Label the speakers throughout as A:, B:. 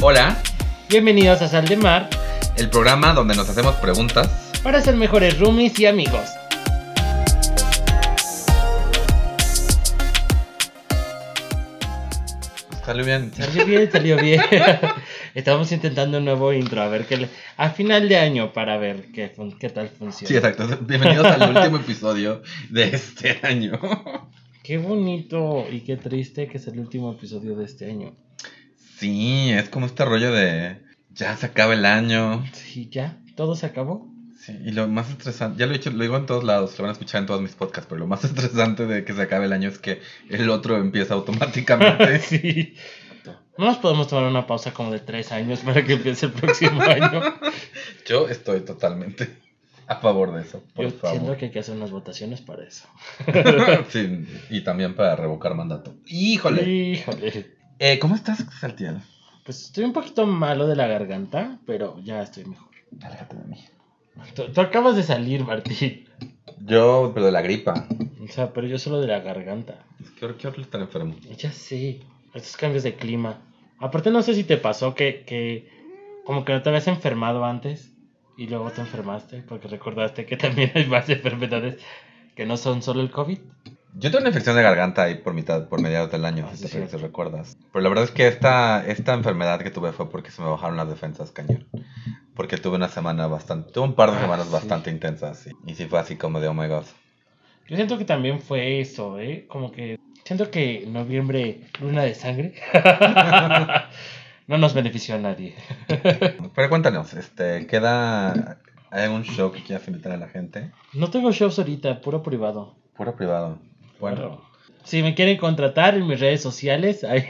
A: Hola,
B: Bienvenidos a Sal de Mar
A: el programa donde nos hacemos preguntas.
B: para ser mejores roomies y amigos.
A: Salió bien.
B: Salió bien, salió bien. Estamos intentando un nuevo intro, a ver qué le- a final de año para ver qué, fun- qué tal funciona.
A: Sí, exacto. Bienvenidos al último episodio de este año.
B: Qué bonito y qué triste que es el último episodio de este año.
A: Sí, es como este rollo de ya se acaba el año.
B: Sí, ya, todo se acabó.
A: Sí, y lo más estresante, ya lo he dicho, lo digo en todos lados, lo van a escuchar en todos mis podcasts, pero lo más estresante de que se acabe el año es que el otro empieza automáticamente.
B: Sí. No nos podemos tomar una pausa como de tres años para que empiece el próximo año.
A: Yo estoy totalmente a favor de eso, por
B: Yo siento
A: favor.
B: que hay que hacer unas votaciones para eso.
A: Sí, y también para revocar mandato. Híjole.
B: Híjole.
A: Eh, ¿Cómo estás, Saltiel?
B: Pues estoy un poquito malo de la garganta, pero ya estoy mejor.
A: Aléjate de mí.
B: Tú, tú acabas de salir, Martín.
A: Yo, pero de la gripa.
B: O sea, pero yo solo de la garganta.
A: Es que ahora- que ahora estar enfermo.
B: Ya sé. Estos cambios de clima. Aparte, no sé si te pasó que, que como que no te habías enfermado antes y luego te enfermaste porque recordaste que también hay más enfermedades que no son solo el COVID.
A: Yo tengo una infección de garganta ahí por mitad, por mediados del año,
B: Ah,
A: si
B: sí,
A: te,
B: cierto.
A: si recuerdas. Pero la verdad es que esta, esta enfermedad que tuve fue porque se me bajaron las defensas cañón. Porque tuve una semana bastante, tuve un par de
B: Ah,
A: semanas
B: sí.
A: bastante intensas. sí. Y sí fue así como de, oh my God.
B: Yo siento que también fue eso, ¿eh? Como que siento que noviembre, luna de sangre, no nos benefició a nadie.
A: Pero cuéntanos, este, ¿queda, hay algún show que quieras invitar a la gente?
B: No tengo shows ahorita, puro privado.
A: Puro privado. Bueno.
B: Si me quieren contratar en mis redes sociales, ahí-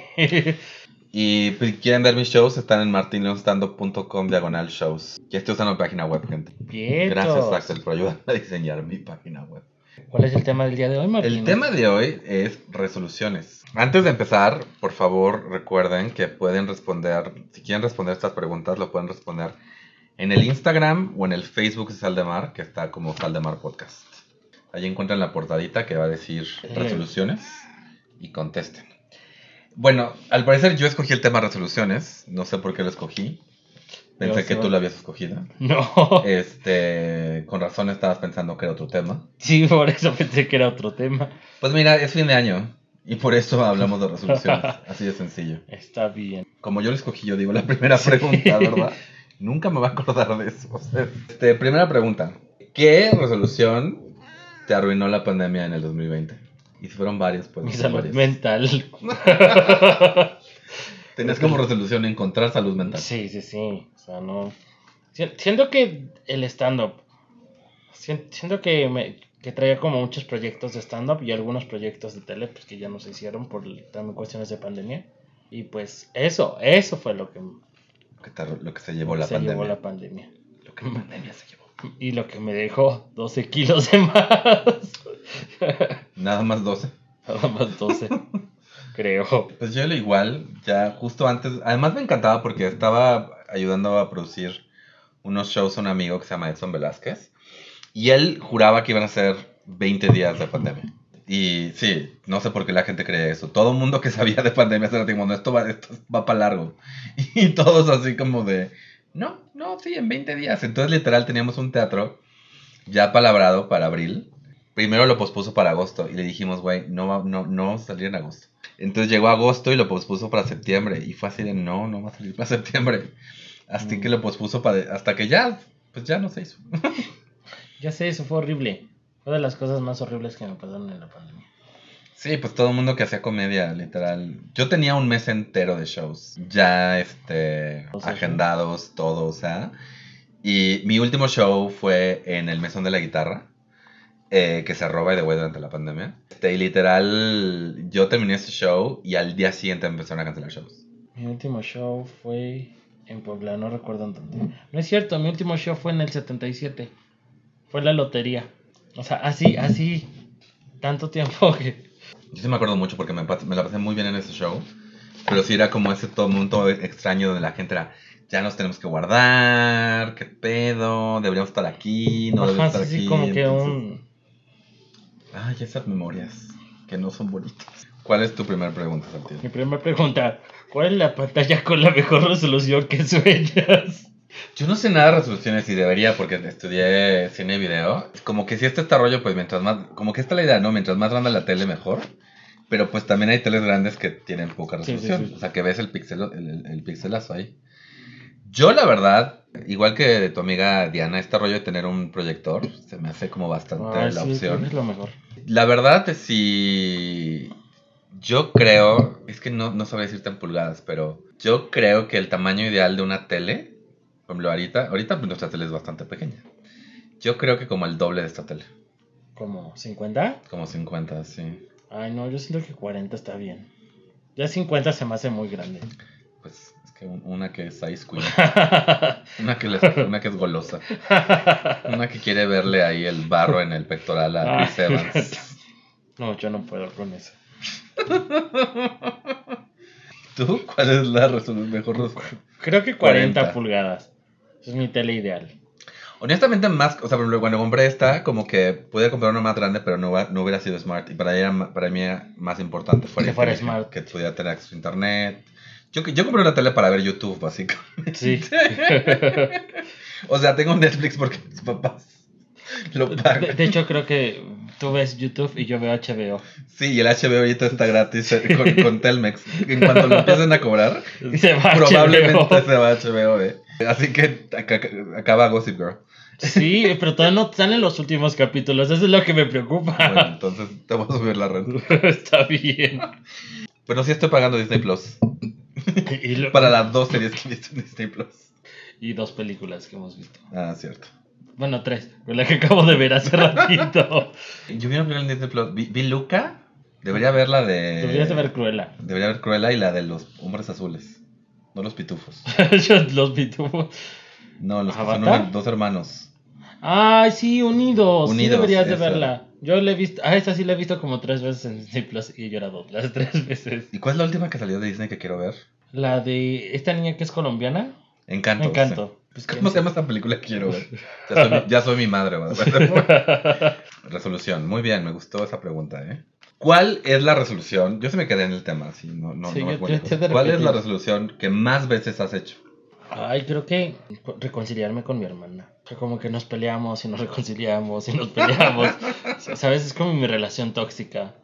A: Y pues, si quieren ver mis shows, están en martinleonstando.com diagonal shows. Ya estoy usando mi página web, gente.
B: bien.
A: Gracias,
B: tos.
A: Axel, por ayudarme a diseñar mi página web.
B: ¿Cuál es el tema del día de hoy, Martín?
A: El tema de hoy es resoluciones. Antes de empezar, por favor, recuerden que pueden responder, si quieren responder estas preguntas, lo pueden responder en el Instagram o en el Facebook de Saldemar, que está como Saldemar Podcast. Allí encuentran la portadita que va a decir resoluciones y contesten. Bueno, al parecer yo escogí el tema resoluciones, no sé por qué lo escogí. Pensé
B: Yo
A: que
B: sé.
A: tú lo habías escogido.
B: No,
A: Este, con razón estabas pensando que era otro tema.
B: sí, por eso pensé que era otro tema.
A: Pues mira, es fin de año y por eso hablamos de resoluciones, así de sencillo.
B: Está bien.
A: Como yo lo escogí, yo digo la primera pregunta, ¿verdad? Nunca me va a acordar de eso. o sea. Este, primera pregunta, ¿qué resolución te arruinó la pandemia en el 2020? Y si fueron varias, pues.
B: Mi
A: fueron varias.
B: salud mental.
A: Tenías como resolución encontrar salud mental.
B: Sí, sí, sí. O sea, no. Si- Siento que el stand-up. si- Siento que, me, que traía como muchos proyectos de stand-up y algunos proyectos de tele pues, que ya no se hicieron por también cuestiones de pandemia. Y pues eso, eso fue lo que
A: Lo que, te arru- lo que se llevó la
B: se
A: pandemia.
B: llevó la pandemia.
A: Lo que la pandemia se llevó.
B: Y lo que me dejó 12 kilos de más.
A: Nada más 12.
B: Nada más 12. creo.
A: Pues yo lo igual, ya justo antes, además me encantaba porque estaba ayudando a producir unos shows a un amigo que se llama Edson Velázquez y él juraba que iban a ser 20 días de pandemia. Y sí, no sé por qué la gente creía eso. Todo el mundo que sabía de pandemia se decía, bueno, esto va, esto va para largo. Y todos así como de, no, no, sí, en 20 días. Entonces literal teníamos un teatro ya palabrado para abril. Primero lo pospuso para agosto y le dijimos, güey, no, va- no, no vamos a salir en agosto. Entonces llegó agosto y lo pospuso para septiembre. Y fue así de no, no va a salir para septiembre. Hasta
B: Mm.
A: que lo pospuso para. Hasta que ya, pues ya no se hizo.
B: Ya sé, eso fue horrible. Fue de las cosas más horribles que me pasaron en la pandemia.
A: Sí, pues todo el mundo que hacía comedia, literal. Yo tenía un mes entero de shows. Ya, este.
B: O sea, sí.
A: agendados, todo, o sea. Y mi último show fue en el Mesón de la Guitarra. eh, que se roba y de güey durante la pandemia. Este, y literal, yo terminé ese show y al día siguiente empezaron a cancelar shows.
B: Mi último show fue en Puebla, no recuerdo en dónde. No es cierto, mi último show fue en el 77. Fue la lotería. O sea, así, así. Tanto tiempo que.
A: Yo sí me acuerdo mucho porque me, pas- me la pasé muy bien en ese show. Pero sí era como ese todo mundo extraño donde la gente era, ya nos tenemos que guardar, qué pedo, deberíamos estar aquí, no
B: Ajá,
A: deberíamos
B: sí,
A: estar
B: sí,
A: aquí.
B: como que
A: entonces-
B: un.
A: Ay, esas memorias que no son bonitas. ¿Cuál es tu primera pregunta, Santiago?
B: Mi primera pregunta, ¿cuál es la pantalla con la mejor resolución que sueñas?
A: Yo no sé nada de resoluciones y debería porque estudié cine y video. Como que si este está rollo, pues mientras más... Como que esta es la idea, ¿no? Mientras más grande la tele, mejor. Pero pues también hay teles grandes que tienen poca
B: Sí, sí,
A: resolución.
B: sí.
A: O sea, que ves el, pixel, el, el- el pixelazo ahí. Yo, la verdad, igual que tu amiga Diana, este rollo de tener un proyector se me hace como bastante
B: Ah,
A: la
B: sí,
A: opción.
B: es lo mejor.
A: La verdad, si yo creo, es que no, no sabría decirte en pulgadas, pero yo creo que el tamaño ideal de una tele, por ejemplo, ahorita, ahorita pues, nuestra tele es bastante pequeña. Yo creo que como el doble de esta tele,
B: ¿Como 50?
A: como 50, sí.
B: Ay, no, yo siento que 40 está bien. Ya 50 se me hace muy grande.
A: Pues es que un- una que es ice queen, una que, les- una que es golosa, una que quiere verle ahí el barro en el pectoral a Chris
B: Ah,
A: Evans.
B: no, yo no puedo con eso.
A: ¿Tú cuál es la resolu- mejor resolución?
B: Creo que 40,
A: 40.
B: pulgadas. Es mi tele ideal.
A: Honestamente, más, o sea, por ejemplo, cuando compré esta, como que pude comprar una más grande, pero no, hubiera- no hubiera sido smart. Y para, ella, era ma- para mí era más importante fuera
B: Que fuera
A: inteligente,
B: smart.
A: Que pudiera tener acceso a internet. Yo, yo compré una tele para ver YouTube, básicamente.
B: Sí.
A: O sea, tengo Netflix porque mis papás lo
B: De,
A: pagan.
B: de hecho, creo que tú ves YouTube y yo veo HBO.
A: Sí, y el HBO ahorita está gratis eh, con, con Telmex. En cuanto lo empiecen a cobrar,
B: Y se va
A: probablemente
B: HBO.
A: se va a HBO, eh. Así que aca- acaba Gossip Girl.
B: Sí, pero todavía no salen los últimos capítulos. Eso es lo que me
A: Bueno,
B: preocupa.
A: entonces te voy a subir la renta.
B: Está bien.
A: Pero sí estoy pagando Disney Plus.
B: Y, lo-
A: Para las dos series que viste en Disney Plus.
B: y dos películas que hemos visto.
A: Ah, cierto.
B: Bueno, tres. La que acabo de ver hace ratito.
A: Yo vi una película en Disney Plus. Vi, vi Luca. Debería ver la de.
B: Deberías de ver Cruella.
A: Debería ver Cruella y la de los hombres azules. No los pitufos.
B: Yo los vi tú.
A: No, los que son
B: ¿Avatar?
A: una- dos hermanos.
B: Ay, sí, Unidos. sí
A: Unidos,
B: deberías de
A: esa.
B: verla. Yo la he visto. Ah, esa sí la he visto como tres veces en Disney Plus y he llorado las tres veces.
A: ¿Y cuál es la última que salió de Disney que quiero ver?
B: La de esta niña que es colombiana.
A: Encanto.
B: Me encanto.
A: sí. Pues, ¿Cómo se llama esta película que quiero ver? Ya soy, mi- ya soy mi madre. ¿verdad? resolución. Muy bien, me gustó esa pregunta, ¿eh? ¿Cuál es la resolución? Yo se me quedé en el tema, sí, no, no,
B: Sí,
A: no me
B: yo-
A: voy
B: yo
A: lejos.
B: te he de
A: ¿Cuál es la
B: repetir.
A: resolución que más veces has hecho?
B: Ay, creo que co- reconciliarme con mi hermana. O sea, como que nos peleamos y nos reconciliamos y nos peleamos. O sea, a veces es como mi relación tóxica.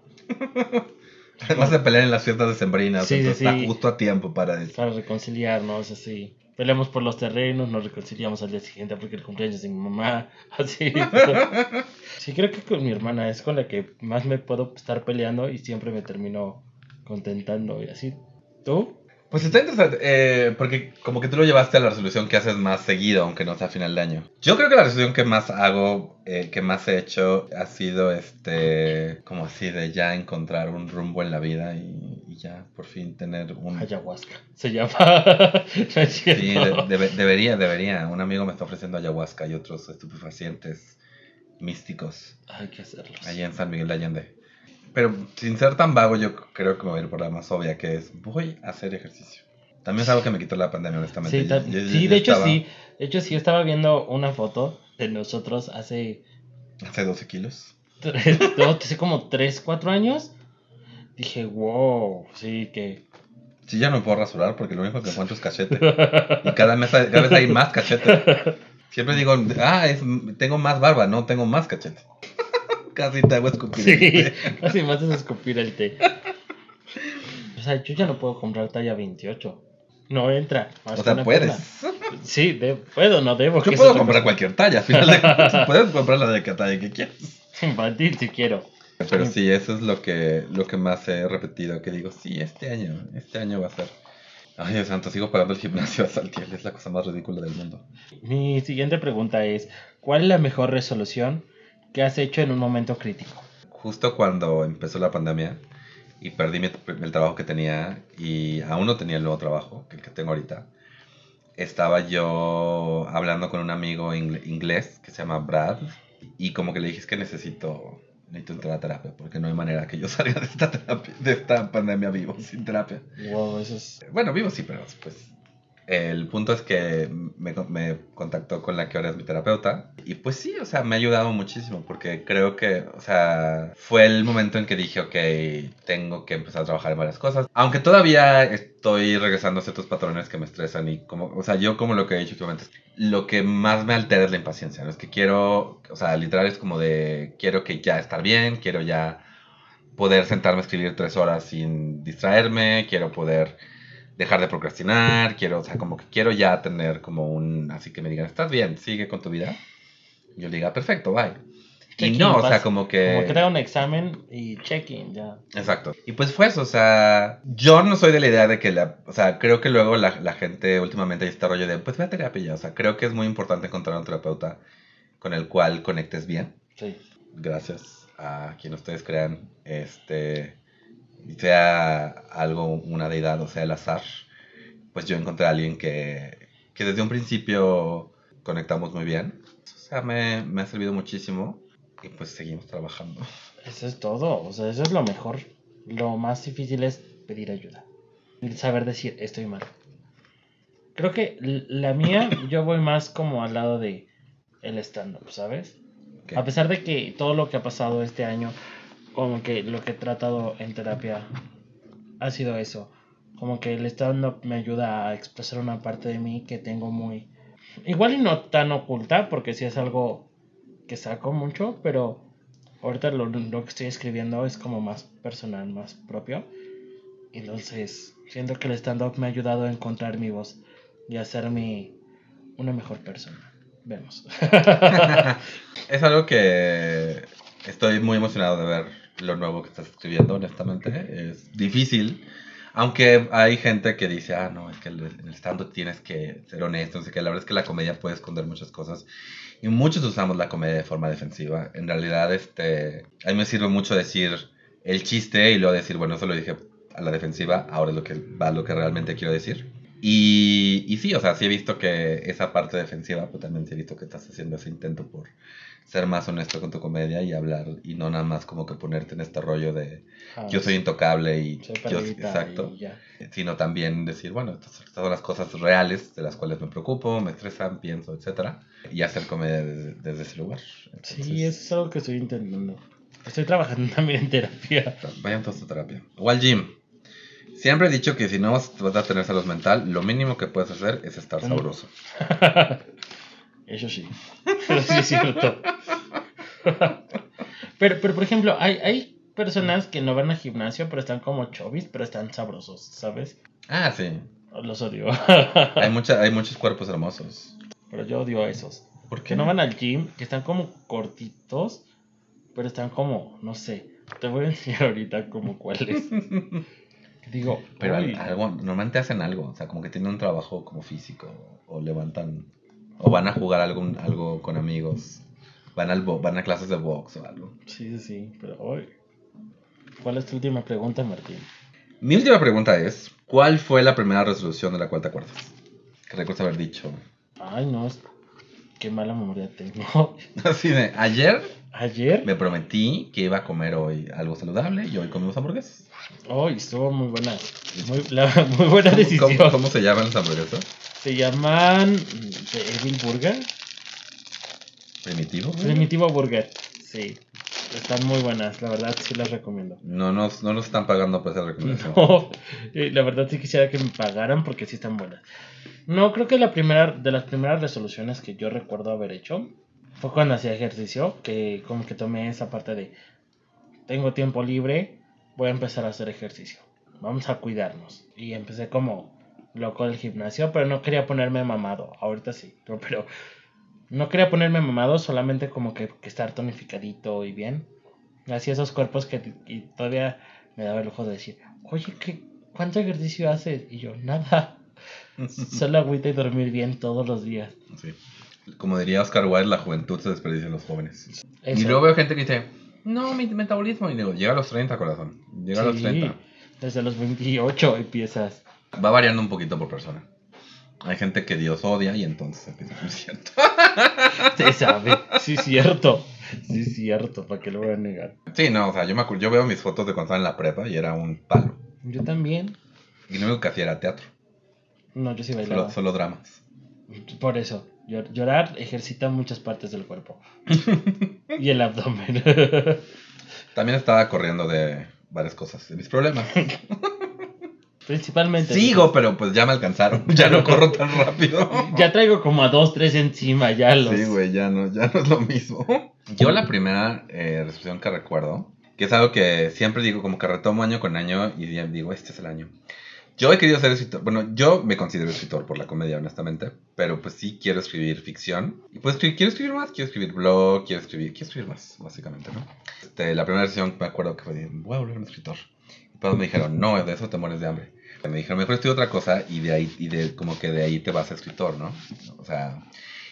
A: Además de pelear en las fiestas decembrinas,
B: Sí, sí,
A: entonces
B: sí.
A: está justo a tiempo para eso.
B: Para reconciliarnos, así. Peleamos por los terrenos, nos reconciliamos al día siguiente porque el cumpleaños de mi mamá. Así. Sí, creo que con mi hermana es con la que más me puedo estar peleando y siempre me termino contentando y así. ¿Tú?
A: Pues está interesante, eh, porque como que tú lo llevaste a la resolución que haces más seguido, aunque no sea a final de año. Yo creo que la resolución que más hago, eh, que más he hecho, ha sido este, como así de ya encontrar un rumbo en la vida y, y ya por fin tener un...
B: Ayahuasca. Se llama. No es
A: Sí,
B: cierto.
A: de- debe- debería, debería. Un amigo me está ofreciendo ayahuasca y otros estupefacientes místicos
B: Hay que hacerlo.
A: allá en San Miguel de Allende. Pero sin ser tan vago, yo creo que me voy a ir por la más obvia, que es voy a hacer ejercicio. También es algo que me quitó la pandemia, honestamente. Yo-
B: Sí, ta-
A: yo- yo-
B: sí,
A: yo
B: de hecho
A: estaba
B: sí. De hecho sí, estaba viendo una foto de nosotros hace,
A: Hace 12 kilos.
B: tres, no, hace como 3, 4 años. Dije, wow, sí, que...
A: Sí, ya no me puedo rasurar porque lo único que encuentro es cachete. Y cada, mes, hay- cada vez hay más cachete. Siempre digo, ah, es- tengo más barba, no, tengo más cachete. Casi te hago escupir.
B: Sí, casi más es escupir el té. O sea, yo ya no puedo comprar talla 28. No entra. más
A: O
B: que
A: sea,
B: una
A: puedes.
B: pierna. Sí, de- puedo, no debo. que
A: Yo
B: es
A: puedo
B: otra
A: comprar cualquier talla, al final de cuentas, puedes comprar la de que talla que quieras.
B: cosa. Infantil si quiero.
A: Pero sí, eso es lo que, lo que más he repetido, que digo, sí, este año, este año va a ser. Ay, Dios santo, sigo pagando el gimnasio a Saltiel, es la cosa más ridícula del mundo.
B: Mi siguiente pregunta es, ¿cuál es la mejor resolución que has hecho en un momento crítico?
A: Justo cuando empezó la pandemia y perdí mi- el trabajo que tenía y aún no tenía el nuevo trabajo, que el que tengo ahorita, estaba yo hablando con un amigo ingle- inglés que se llama Brad y como que le dije es que necesito, necesito entrar a terapia porque no hay manera que yo salga de esta, terapia- de esta pandemia este, vivo sin terapia.
B: Wow, eso es...
A: Bueno, vivo sí, pero pues El punto es que me, me contactó con la que ahora es mi terapeuta. Y pues sí, o sea, me ha ayudado muchísimo porque creo que, o sea, fue el momento en que dije, ok, tengo que empezar a trabajar en varias cosas. Aunque todavía estoy regresando a ciertos patrones que me estresan y como, o sea, yo como lo que he dicho últimamente, lo que más me altera es la impaciencia. No es que quiero, o sea, literal es como de, quiero que ya estar bien, quiero ya poder sentarme a escribir tres horas sin distraerme, quiero poder dejar de procrastinar, quiero, o sea, como que quiero ya tener como un, así que me digan, estás bien, sigue con tu vida. Yo le diga, perfecto, bye. Y
B: Check-in,
A: no, o sea,
B: vas-
A: como que...
B: Como que te haga un examen y check-in, ya.
A: Exacto. Y pues fue eso, o sea, yo no soy de la idea de que la, o sea, creo que luego la, la gente últimamente hay este rollo de, pues ve a terapia, ya, o sea, creo que es muy importante encontrar un terapeuta con el cual conectes bien,
B: Sí.
A: gracias a quien ustedes crean, este, y sea algo, una deidad, o sea, el azar, pues yo encontré a alguien que, que desde un principio conectamos muy bien, o sea, me, me ha servido muchísimo y pues seguimos trabajando.
B: Eso es todo. O sea, eso es lo mejor. Lo más difícil es pedir ayuda. Y saber decir, estoy mal. Creo que l- la mía, yo voy más como al lado de el stand-up, ¿sabes?
A: Ok.
B: A pesar de que todo lo que ha pasado este año, como que lo que he tratado en terapia ha sido eso. Como que el stand-up me ayuda a expresar una parte de mí que tengo muy... Igual y no tan oculta, porque sí es algo que saco mucho, pero ahorita lo, lo que estoy escribiendo es como más personal, más propio. Entonces, siento que el stand-up me ha ayudado a encontrar mi voz y a hacerme una mejor persona. Vemos.
A: Es algo que estoy muy emocionado de ver lo nuevo que estás escribiendo, honestamente. Es difícil. Aunque hay gente que dice, ah, no, es que el- en el stand-up tienes que ser honesto. No sé qué. La verdad es que la comedia puede esconder muchas cosas. Y muchos usamos la comedia de forma defensiva. En realidad, este, a mí me sirve mucho decir el chiste y luego decir, bueno, eso lo dije a la defensiva, ahora es lo que va lo que realmente quiero decir. Y, y sí, o sea, sí he visto que esa parte defensiva, pues también sí he visto que estás haciendo ese intento por ser más honesto con tu comedia y hablar y no nada más como que ponerte en este rollo de
B: Ah,
A: yo soy intocable y
B: soy
A: yo
B: perdidita
A: exacto,
B: y ya.
A: sino también decir, bueno, estas, estas son las cosas reales de las cuales me preocupo, me estresan, pienso, etcétera, y hacer comedia desde, desde ese lugar.
B: Sí, eso es algo que estoy intentando. Estoy trabajando también en terapia.
A: Vayan todos a terapia. O al gym. Siempre he dicho que si no vas vas a tener salud mental, lo mínimo que puedes hacer es estar
B: Mm.
A: sabroso.
B: Eso sí. Pero sí es cierto. pero, pero, por ejemplo, hay, hay personas que no van al gimnasio, pero están como chovis, pero están sabrosos, ¿sabes?
A: Ah, sí.
B: Los odio.
A: Hay, mucha, hay muchos cuerpos hermosos.
B: pero yo odio a esos.
A: ¿Por
B: Que no van al gym, que están como cortitos, pero están como, no sé. Te voy a enseñar ahorita como cuáles. Digo,
A: Pero al-
B: uy,
A: algo, normalmente hacen algo, o sea, como que tienen un trabajo como físico, o levantan, o van a jugar algún, algo con amigos, van, al bo- van a clases de box o algo.
B: Sí, sí, sí, pero hoy. ¿Cuál es tu última pregunta, Martín?
A: Mi última pregunta es, ¿cuál fue la primera resolución de la cual te acuerdas? Que recuerdas haber dicho.
B: Ay, no, es- qué mala memoria tengo.
A: Así de, ayer
B: Ayer,
A: Me prometí que iba a comer hoy algo saludable y hoy comimos hamburguesas.
B: hoy estuvo muy buena. Muy, la- muy buena decisión.
A: ¿Cómo, cómo se llaman las hamburguesas?
B: Se llaman mm, The Evil Burger.
A: ¿Primitivo? güey?
B: Primitivo Burger. Sí. Están muy buenas, la verdad sí las recomiendo.
A: No nos, no nos están pagando por esa recomendación.
B: No, eh, la verdad sí quisiera que me pagaran porque sí están buenas. No, creo que la primera, de las primeras resoluciones que yo recuerdo haber hecho fue cuando hacía ejercicio, que como que tomé esa parte de, tengo tiempo libre, voy a empezar a hacer ejercicio, vamos a cuidarnos. Y empecé como loco del gimnasio, pero no quería ponerme mamado, ahorita sí, no, pero no quería ponerme mamado, solamente como que, que estar tonificadito y bien. Así esos cuerpos que y todavía me daba el ojo de decir, oye, ¿qué, ¿cuánto ejercicio haces? Y yo, nada, solo agüita y dormir bien todos los días.
A: Sí. Como diría Oscar Wilde, la juventud se desperdicia en los jóvenes. Y
B: Eso.
A: luego veo gente que dice, no, mi metabolismo. Y digo, llega a los 30, corazón. Llega a los
B: Sí,
A: 30.
B: Desde los 28 empiezas.
A: Va variando un poquito por persona. Hay gente que Dios odia y entonces empieza a cierto.
B: Se sabe. Sí, cierto. Sí, cierto. ¿Para qué lo voy a negar?
A: Sí, no, o sea, yo, me acuerdo, yo veo mis fotos de cuando estaba en la prepa y era un palo.
B: Yo también.
A: Y lo único que hacía era teatro.
B: No, yo sí bailaba.
A: Solo, solo dramas.
B: Por eso, llor- llorar ejercita muchas partes del cuerpo. y el abdomen.
A: También estaba corriendo de varias cosas, de mis problemas.
B: Principalmente.
A: Sigo, pero pues ya me alcanzaron. Ya no corro tan rápido.
B: Ya traigo como a dos, tres encima, ya los.
A: Sí, güey, ya no, ya no es lo mismo. Yo la primera eh, recepción que recuerdo, que es algo que siempre digo, como que retomo año con año y ya digo, este es el año. Yo he querido ser escritor, bueno, yo me considero escritor por la comedia, honestamente, pero pues sí quiero escribir ficción. Y pues escri- quiero escribir más, quiero escribir blog, quiero escribir, quiero escribir más, básicamente, ¿no? Este, la primera recepción me acuerdo que fue, de, voy a volver un escritor. Y todos me dijeron, no, de eso te mueres de hambre. Me dijeron, mejor estudia otra cosa y de ahí, y de, como que de ahí te vas a escritor, ¿no? O sea,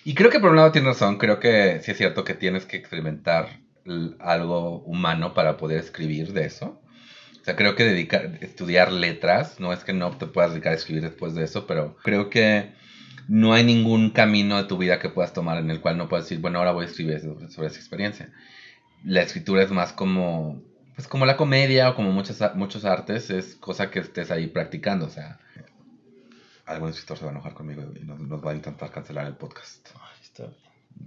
A: y creo que por un lado tiene razón, creo que sí es cierto que tienes que experimentar l- algo humano para poder escribir de eso. O sea, creo que dedicar, estudiar letras, no es que no te puedas dedicar a escribir después de eso, pero creo que no hay ningún camino de tu vida que puedas tomar en el cual no puedas decir, bueno, ahora voy a escribir sobre, sobre esa experiencia. La escritura es más como, pues como la comedia o como muchas, a- muchos artes, es cosa que estés ahí practicando, o sea. Algún escritor se va a enojar conmigo y nos- nos va a intentar cancelar el podcast
B: Ay, está-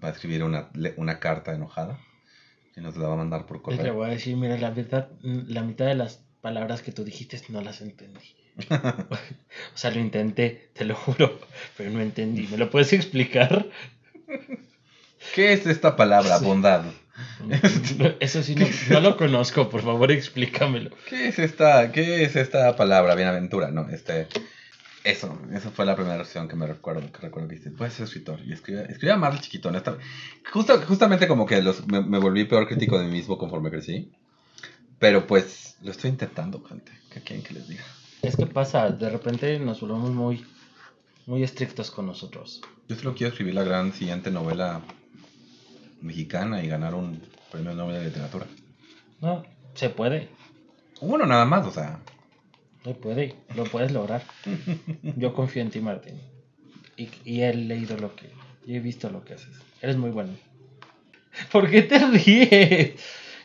A: va a escribir una, le- una carta enojada y nos la va a mandar por
B: Le
A: correo.
B: voy a decir, mira, la verdad, mm, la mitad de las palabras que tú dijiste no las entendí. o sea, lo intenté, te lo juro, pero no entendí. ¿Me lo puedes explicar?
A: ¿Qué es esta palabra,
B: Sí.
A: bondad?
B: Eso sí, no, no lo conozco, por favor, explícamelo.
A: ¿Qué es esta, qué es esta palabra, bienaventura? No, este, eso, eso fue la primera opción que me recuerdo, que recuerdo que hice, voy a ser escritor, y escribía, escribía más de chiquito, honesta- justo, justamente como que los, me, me volví peor crítico de mí mismo conforme crecí, pero pues, lo estoy intentando, gente, ¿qué quieren que les diga?
B: Es que pasa, de repente nos volvemos muy, muy estrictos con nosotros.
A: Yo solo quiero escribir la gran siguiente novela mexicana y ganar un premio Nobel de literatura.
B: No, se puede,
A: Uno nada más, o sea.
B: se puede, lo puedes lograr. Yo confío en ti, Martín. Y, y he leído lo que, y he visto lo que haces. Eres muy bueno. ¿Por qué te ríes?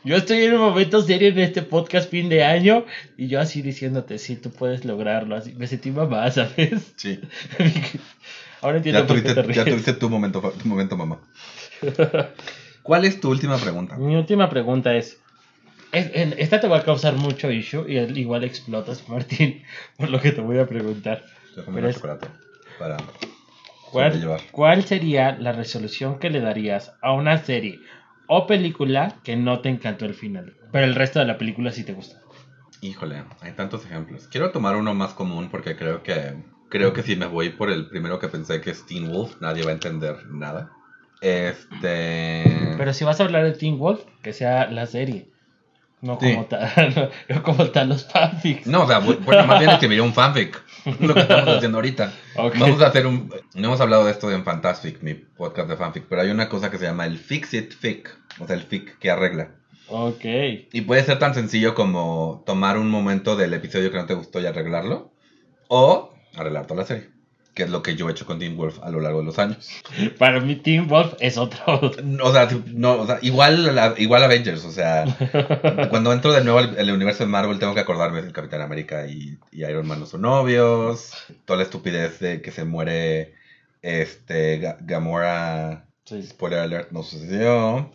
B: Yo estoy en un momento serio en este podcast fin de año y yo así diciéndote, sí, tú puedes lograrlo. Así, me sentí mamá, ¿sabes?
A: Sí.
B: Ahora entiendo
A: Ya
B: por qué
A: tuviste,
B: te
A: ya
B: ríes.
A: tuviste tu momento, fa- tu momento, mamá. ¿Cuál es tu última pregunta?
B: Mi última pregunta es, es- en- esta te va a causar mucho issue y al- igual explotas, Martín, por lo que te voy a preguntar.
A: Yo comí
B: Pero
A: un
B: es-
A: chocolate para
B: ¿Cuál,
A: sobrellevar.
B: cuál sería la resolución que le darías a una serie o película que no te encantó el final? Pero el resto de la película sí te gusta.
A: Híjole, hay tantos ejemplos. Quiero tomar uno más común porque creo que creo que si me voy por el primero que pensé que es Teen Wolf, nadie va a entender nada. Este.
B: Pero si vas a hablar de Teen Wolf, que sea la serie. No
A: Sí.
B: como, tal, no, no como tal los fanfics.
A: No, o sea, bu- bueno, más bien escribiré un fanfic. Lo que estamos haciendo ahorita.
B: Ok.
A: Vamos a hacer un. No hemos hablado de esto en Fantastic, mi podcast de fanfic, pero hay una cosa que se llama el Fix It Fic. O sea, el fic que arregla.
B: Ok.
A: Y puede ser tan sencillo como tomar un momento del episodio que no te gustó y arreglarlo. O arreglar toda la serie. Que es lo que yo he hecho con Teen Wolf a lo largo de los años.
B: Para mí Teen Wolf es otro.
A: O sea, no, o sea, igual, la- igual Avengers. O sea, cuando entro de nuevo al al universo de Marvel, tengo que acordarme del Capitán América y, y Iron Man no son novios. Toda la estupidez de que se muere este Ga- Gamora
B: Sí.
A: spoiler alert, no sucedió.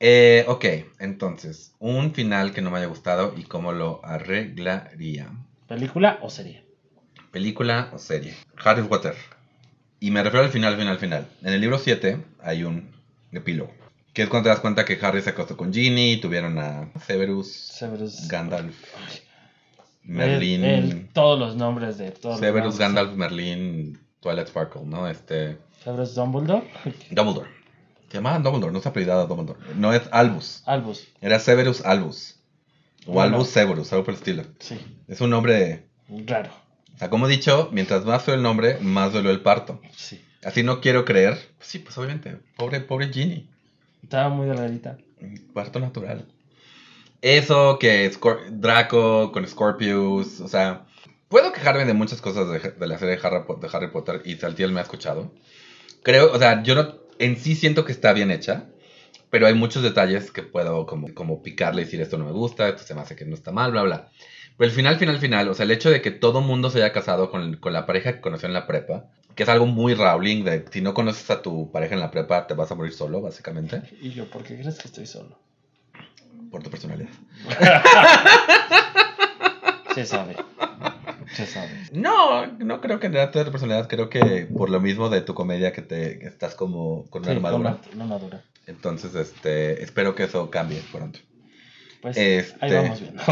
A: Eh, ok, entonces, un final que no me haya gustado y cómo lo arreglaría.
B: ¿Película o serie?
A: Película o serie. Harry Potter. Y me refiero al final, final, final. En el libro 7 hay un epílogo. Que es cuando te das cuenta que Harry se acostó con Ginny, tuvieron a Severus,
B: Severus.
A: Gandalf,
B: Ay.
A: Merlin.
B: El- el- todos los nombres de todos. los
A: Severus,
B: nombres.
A: Gandalf, Merlin, Twilight Sparkle, ¿no? Este.
B: Severus Dumbledore.
A: Dumbledore. Se llamaban Dumbledore, no se apellidaba Dumbledore. No es Albus.
B: Albus.
A: Era Severus Albus. O
B: Bueno.
A: Albus Severus, algo por el estilo.
B: Sí.
A: Es un nombre.
B: Raro.
A: O sea, como he dicho, mientras más fue el nombre, más duele el parto.
B: Sí.
A: Así no quiero creer. Sí, pues obviamente. Pobre, pobre Ginny.
B: Estaba muy delgadita.
A: Parto natural. Eso que Scor- Draco con Scorpius. O sea, puedo quejarme de muchas cosas de, de la serie de Harry, Po- de Harry Potter y Saltiel me ha escuchado. Creo, o sea, yo no, en sí siento que está bien hecha. Pero hay muchos detalles que puedo como, como picarle y decir esto no me gusta, esto se me hace que no está mal, bla, bla. Pero el final, final, final, o sea, el hecho de que todo mundo se haya casado con, con la pareja que conoció en la prepa, que es algo muy Rowling, de si no conoces a tu pareja en la prepa, te vas a morir solo, básicamente,
B: Y yo, ¿por qué crees que estoy solo?
A: por tu personalidad.
B: Se sabe. Se sabe.
A: No, no creo que nada de tu personalidad, creo que por lo mismo de tu comedia que te que estás como con una
B: Sí,
A: armadura.
B: no mat- No madura.
A: Entonces, este, espero que eso cambie pronto.
B: Pues ahí
A: Este.
B: vamos viendo.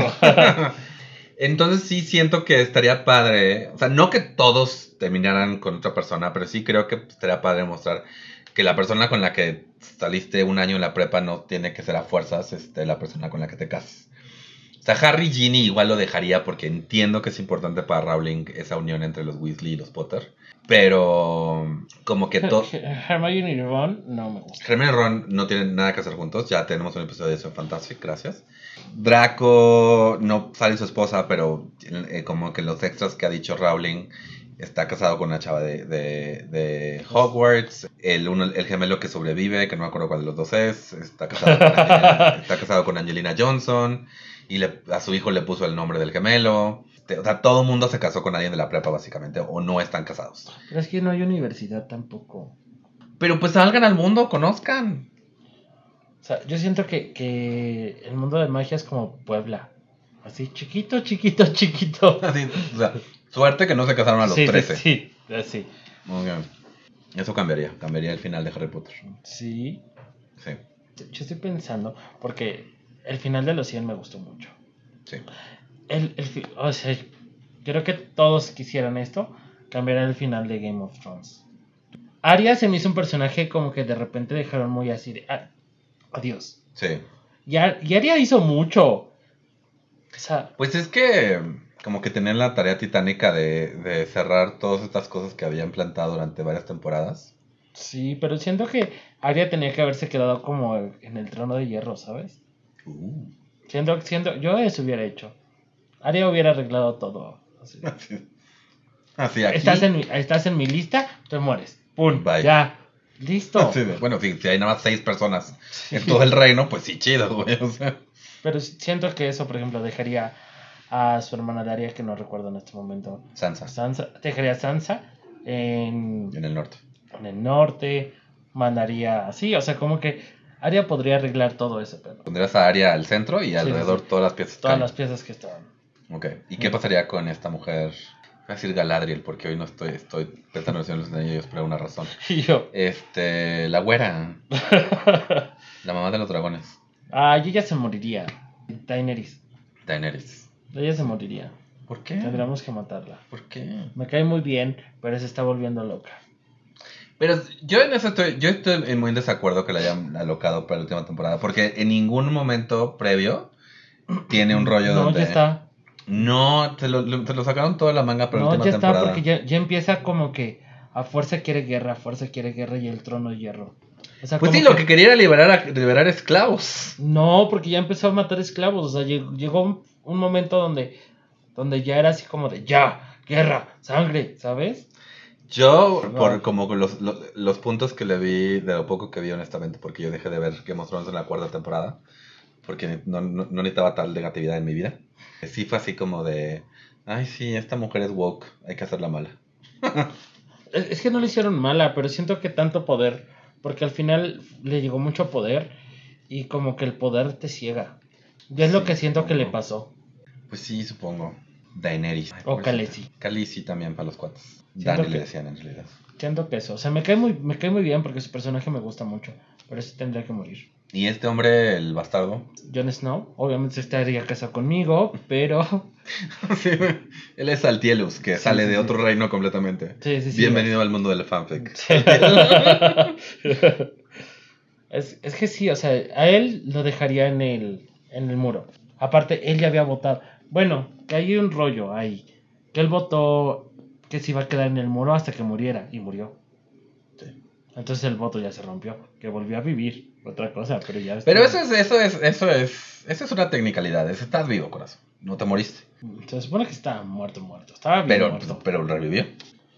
A: Entonces sí siento que estaría padre, o sea, no que todos terminaran con otra persona, pero sí creo que estaría padre mostrar que la persona con la que saliste un año en la prepa no tiene que ser a fuerzas este, la persona con la que te cases. O sea, Harry y Ginny igual lo dejaría porque entiendo que es importante para Rowling esa unión entre los Weasley y los Potter, pero como que todo...
B: Hermione y Ron no me gusta.
A: Hermione y Ron no tienen nada que hacer juntos. Ya tenemos un episodio de eso en Fantastic, gracias. Draco no sale su esposa, pero eh, como que en los extras que ha dicho Rowling está casado con una chava de, de- de Hogwarts. El, uno- el gemelo que sobrevive, que no me acuerdo cuál de los dos es, está casado con Angelina, está casado con Angelina Johnson y le- a su hijo le puso el nombre del gemelo. Este, O sea, todo el mundo se casó con alguien de la prepa, básicamente, o no están casados.
B: Pero es que no hay universidad tampoco.
A: Pero pues salgan al mundo, conozcan.
B: O sea, yo siento que, que el mundo de magia es como Puebla. Así, chiquito, chiquito, chiquito.
A: Así, o sea, suerte que no se casaron a los
B: sí,
A: 13.
B: sí, sí, así.
A: Ok. Eso cambiaría, cambiaría el final de Harry Potter.
B: Sí,
A: Sí,
B: yo estoy pensando, porque el final de los 100 me gustó mucho.
A: sí.
B: El, el fi- o sea, creo que todos quisieran esto, cambiar el final de Game of Thrones. Arya se me hizo un personaje como que de repente dejaron muy así de, "Ah, adiós.
A: Sí.
B: Y, Ar- y Arya hizo mucho. O sea,
A: Pues es que como que tenían la tarea titánica de, de cerrar todas estas cosas que habían plantado durante varias temporadas.
B: sí, pero siento que Arya tenía que haberse quedado como en el trono de hierro, ¿sabes?
A: Uh.
B: Siento, siento, yo eso hubiera hecho. Arya hubiera arreglado todo. Así.
A: Así, así Ah, aquí.
B: Estás en, mi, estás en mi lista, te mueres. ¡Pum!
A: Bye.
B: Ya. Listo.
A: Así de- bueno, si, si hay nada más seis personas en todo el reino, pues sí, chido, güey. o sea.
B: Pero siento que eso, por ejemplo, dejaría a su hermana Daria, que no recuerdo en este momento.
A: Sansa,
B: Sansa, dejaría a Sansa en,
A: en el norte.
B: en el norte. Mandaría así, o sea, como que Arya podría arreglar todo ese pedo.
A: Pondrías a Arya al centro y alrededor
B: sí.
A: todas las piezas.
B: Todas
A: caen.
B: las piezas que estaban.
A: Ok, ¿y qué pasaría con esta mujer? Voy a decir Galadriel, porque hoy no estoy, estoy pensando en el Señor de los Anillos por alguna razón.
B: Y yo,
A: Este, la güera. la mamá de los dragones.
B: ah, y ella se moriría. Daenerys.
A: Daenerys.
B: Ella se moriría.
A: ¿Por qué?
B: Tendríamos que matarla.
A: ¿Por qué?
B: Me cae muy bien, pero se está volviendo loca.
A: Pero yo en eso estoy, yo estoy en muy desacuerdo que la hayan alocado para la última temporada, porque en ningún momento previo tiene un rollo
B: no,
A: donde...
B: ya está.
A: No, te lo, lo- te lo sacaron toda la manga para
B: No,
A: la
B: ya
A: última
B: está,
A: temporada.
B: porque ya, ya empieza como que a fuerza quiere guerra, a fuerza quiere guerra y el trono de hierro. O sea,
A: Pues
B: como
A: sí, lo que quería era liberar, a- liberar esclavos.
B: No, porque ya empezó a matar esclavos. O sea, llegó, llegó un, un momento donde, donde ya era así como de ya, guerra, sangre, ¿sabes?
A: Yo, por
B: No.
A: como los, los, los puntos que le vi, de lo poco que vi honestamente, porque yo dejé de ver Game of Thrones en la cuarta temporada, porque no, no, no necesitaba tal negatividad en mi vida. eh, Sí fue así como de, ay sí, esta mujer es woke, hay que hacerla mala.
B: Es, es que no le hicieron mala, pero siento que tanto poder, porque al final le llegó mucho poder y como que el poder te ciega. Y es lo
A: Sí,
B: que siento que le
A: no.
B: pasó.
A: Pues sí, supongo. Daenerys. Ay,
B: O
A: pobrecita.
B: Khaleesi.
A: Khaleesi también para los cuates.
B: Siento
A: Dani le
B: que-
A: decían en realidad.
B: Siento que eso. O sea, me cae muy, me cae muy bien porque su personaje me gusta mucho, pero sí tendría que morir.
A: Y este hombre, el bastardo.
B: Jon Snow, obviamente estaría casado conmigo, pero
A: Sí, Él es Altielus, que
B: Sí,
A: sale
B: sí,
A: de
B: sí.
A: otro reino completamente.
B: sí, sí, sí.
A: Bienvenido al mundo del fanfic.
B: Es, es que sí, o sea, a él lo dejaría en el, en el muro. Aparte, él ya había votado. Bueno, que hay un rollo ahí. Que él votó que se iba a quedar en el muro hasta que muriera, y murió.
A: Sí.
B: Entonces el voto ya se rompió, que volvió a vivir. Otra cosa, pero ya...
A: Pero eso es, eso es, eso es, eso es una tecnicalidad. es- estás vivo, corazón. No te moriste.
B: Se supone que estaba muerto, muerto. Estaba bien
A: Pero,
B: muerto.
A: pero revivió.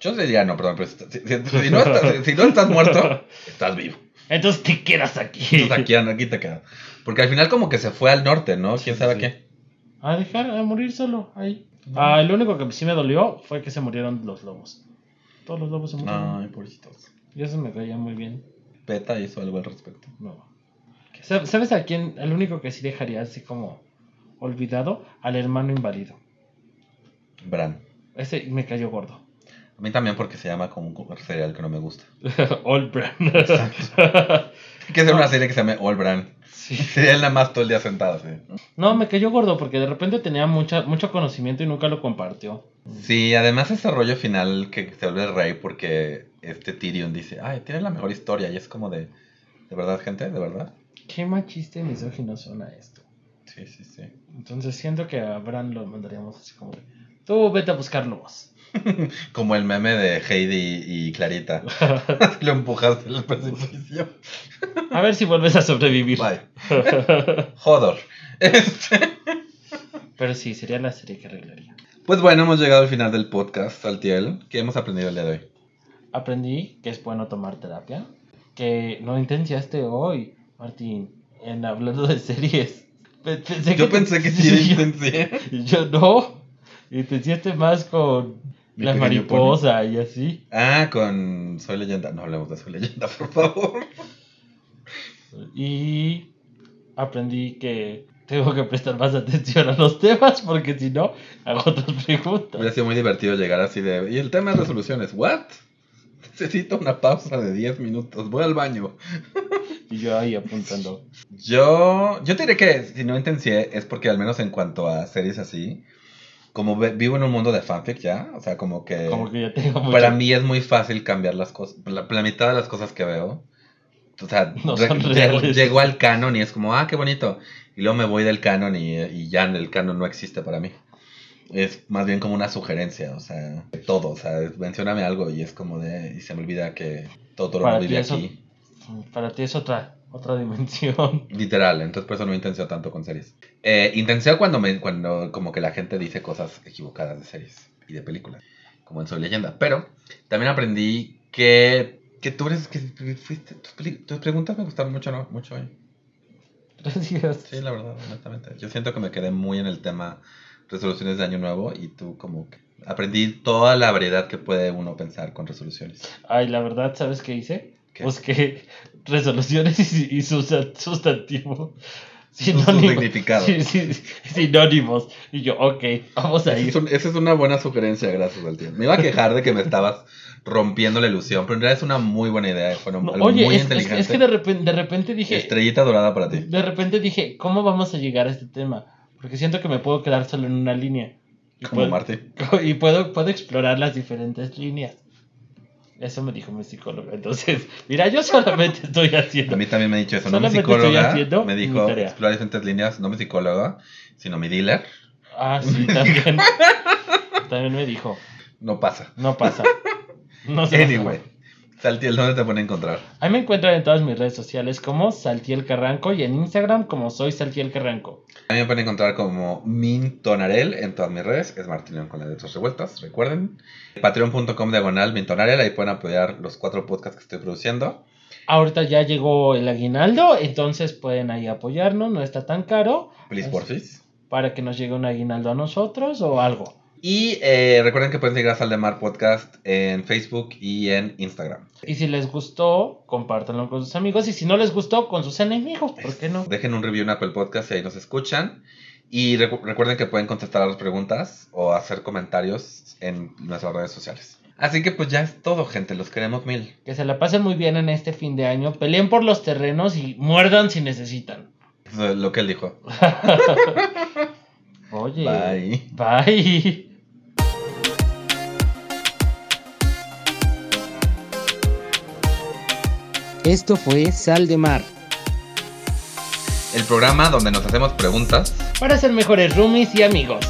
A: Yo te diría, no, perdón, pero si, si- si no estás, si no estás muerto, estás vivo.
B: Entonces te quedas aquí.
A: Entonces aquí, aquí te quedas. Porque al final como que se fue al norte, ¿no? ¿Quién
B: Sí,
A: sabe
B: sí.
A: qué?
B: a dejar a morir solo ahí. Ah, lo único que sí me dolió fue que se murieron los lobos. Todos los lobos se murieron.
A: Ay, pobrecitos.
B: Y eso me caía muy bien.
A: Peta hizo algo al respecto.
B: No. Sa- ¿Sabes a quién? El único que sí dejaría así como olvidado, al hermano invadido.
A: Bran.
B: Ese me cayó gordo.
A: A mí también porque se llama como un cereal que no me gusta.
B: Old Bran.
A: Hay que hacer una serie que se llame All Bran.
B: Sí.
A: Sería nada más todo el día sentado, sí.
B: No, me cayó gordo porque de repente tenía mucha, mucho conocimiento y nunca lo compartió.
A: Sí, además ese rollo final que se vuelve rey porque este Tyrion dice, ay, tiene la mejor historia y es como de, ¿de verdad, gente? ¿De verdad?
B: Qué machista y misógino suena esto.
A: Sí, sí, sí.
B: Entonces siento que a Bran lo mandaríamos así como de, tú vete a buscarlo vos.
A: Como el meme de Heidi y Clarita. Lo empujaste al precipicio.
B: A ver si vuelves a sobrevivir.
A: Bye. Jodor. Este...
B: Pero sí, sería la serie que arreglaría.
A: Pues bueno, hemos llegado al final del podcast, Saltiel. ¿Qué hemos aprendido el día de hoy?
B: Aprendí que es bueno tomar terapia. Que no intenciaste hoy, Martín, en hablando de series. Pe- pensé
A: Yo
B: te-
A: pensé que sí,
B: yo-
A: pensé.
B: Yo no. Intenciaste más con
A: Mi
B: la
A: pequeño
B: mariposa y así.
A: Ah, con Soy Leyenda. No hablemos de Soy Leyenda, por favor.
B: Y aprendí que tengo que prestar más atención a los temas porque si no, hago otras
A: Hubiera
B: preguntas.
A: sido muy divertido llegar así de. Y el tema de resoluciones. ¿What? Necesito una pausa de 10 minutos. Voy al baño.
B: Y yo ahí apuntando.
A: Yo, yo te diré que si no intencié es porque al menos en cuanto a series así, como ve- vivo en un mundo de fanfic ya, o sea, como que,
B: Como que ya tengo mucho.
A: eh, para mí es muy fácil cambiar las cosas, la, la mitad de las cosas que veo, o sea,
B: No
A: re-
B: son
A: llego-
B: reales.
A: llego al canon y es como, ah, qué bonito, y luego me voy del canon y, y ya el canon no existe para mí. Es más bien como una sugerencia, o sea, de todo, o sea, es- mencióname algo y es como de, y se me olvida que todo
B: Para
A: no
B: ti
A: vive
B: eso-
A: aquí.
B: Para ti es otra, otra dimensión.
A: Literal, entonces por eso no intenseo tanto con series. Eh, intenseo cuando, me, cuando como que la gente dice cosas equivocadas de series y de películas, como en Soy Leyenda. Pero también aprendí que, que tú eres, que fuiste, tus, peli- tus preguntas me gustaron mucho, ¿no? Mucho hoy.
B: Gracias.
A: Sí, la verdad, honestamente. Yo siento que me quedé muy en el tema resoluciones de año nuevo y tú como que aprendí toda la variedad que puede uno pensar con resoluciones.
B: Ay, la verdad, ¿sabes qué hice?
A: ¿Qué?
B: Busqué resoluciones y, y susa- sustantivo.
A: Sus significados.
B: Sí, sí, sinónimos. Y yo, ok, vamos a
A: Esa
B: ir.
A: es, un- esa es una buena sugerencia, gracias al tiempo. Me iba a quejar de que me estabas rompiendo la ilusión, pero en realidad es una muy buena idea. eh. Fue un-
B: No,
A: algo
B: Oye,
A: muy
B: es, es- es
A: inteligente.
B: que de repente, de repente dije,
A: Estrellita dorada para ti.
B: de repente dije, ¿cómo vamos a llegar a este tema? Porque siento que me puedo quedar solo en una línea. Y
A: Como
B: puedo,
A: Marte.
B: y puedo, puedo explorar las diferentes líneas. Eso me dijo mi psicólogo. Entonces, mira, yo solamente estoy haciendo
A: A mí también me ha dicho eso. No mi
B: Solamente estoy
A: psicóloga
B: haciendo
A: me
B: mi
A: dijo
B: tarea.
A: explorar diferentes líneas. No mi psicóloga, sino mi dealer.
B: Ah, sí, también. también me dijo,
A: No pasa.
B: no pasa. No se pasa.
A: Anyway. Saltiel, ¿dónde te pueden encontrar?
B: Ahí me encuentran en todas mis redes sociales como Saltiel Carranco y en Instagram como soy Saltiel Carranco.
A: A mí me pueden encontrar como Mintonarel en todas mis redes. Es Martinión con las letras revueltas, recuerden. Patreon.com diagonal Mintonarel. Ahí pueden apoyar los cuatro podcasts que estoy produciendo.
B: Ahorita ya llegó el aguinaldo, entonces pueden ahí apoyarnos, no está tan caro,
A: Please,
B: Así.
A: porfis.
B: para que nos llegue un aguinaldo a nosotros o algo.
A: Y eh, recuerden que pueden seguir a Saldemar Podcast en Facebook y en Instagram.
B: Y si les gustó, compártanlo con sus amigos y si no les gustó, con sus enemigos, ¿por qué no?
A: Dejen un review en Apple Podcast y ahí nos escuchan. Y recu- recuerden que pueden contestar a las preguntas o hacer comentarios en nuestras redes sociales. Así que pues ya es todo, gente. Los queremos mil.
B: Que se la pasen muy bien en este fin de año, peleen por los terrenos y muerdan si necesitan.
A: Eso es lo que él dijo.
B: Oye.
A: Bye.
B: Bye.
C: Esto fue Sal de Mar.
A: El programa donde nos hacemos preguntas
B: Para ser mejores roomies y amigos.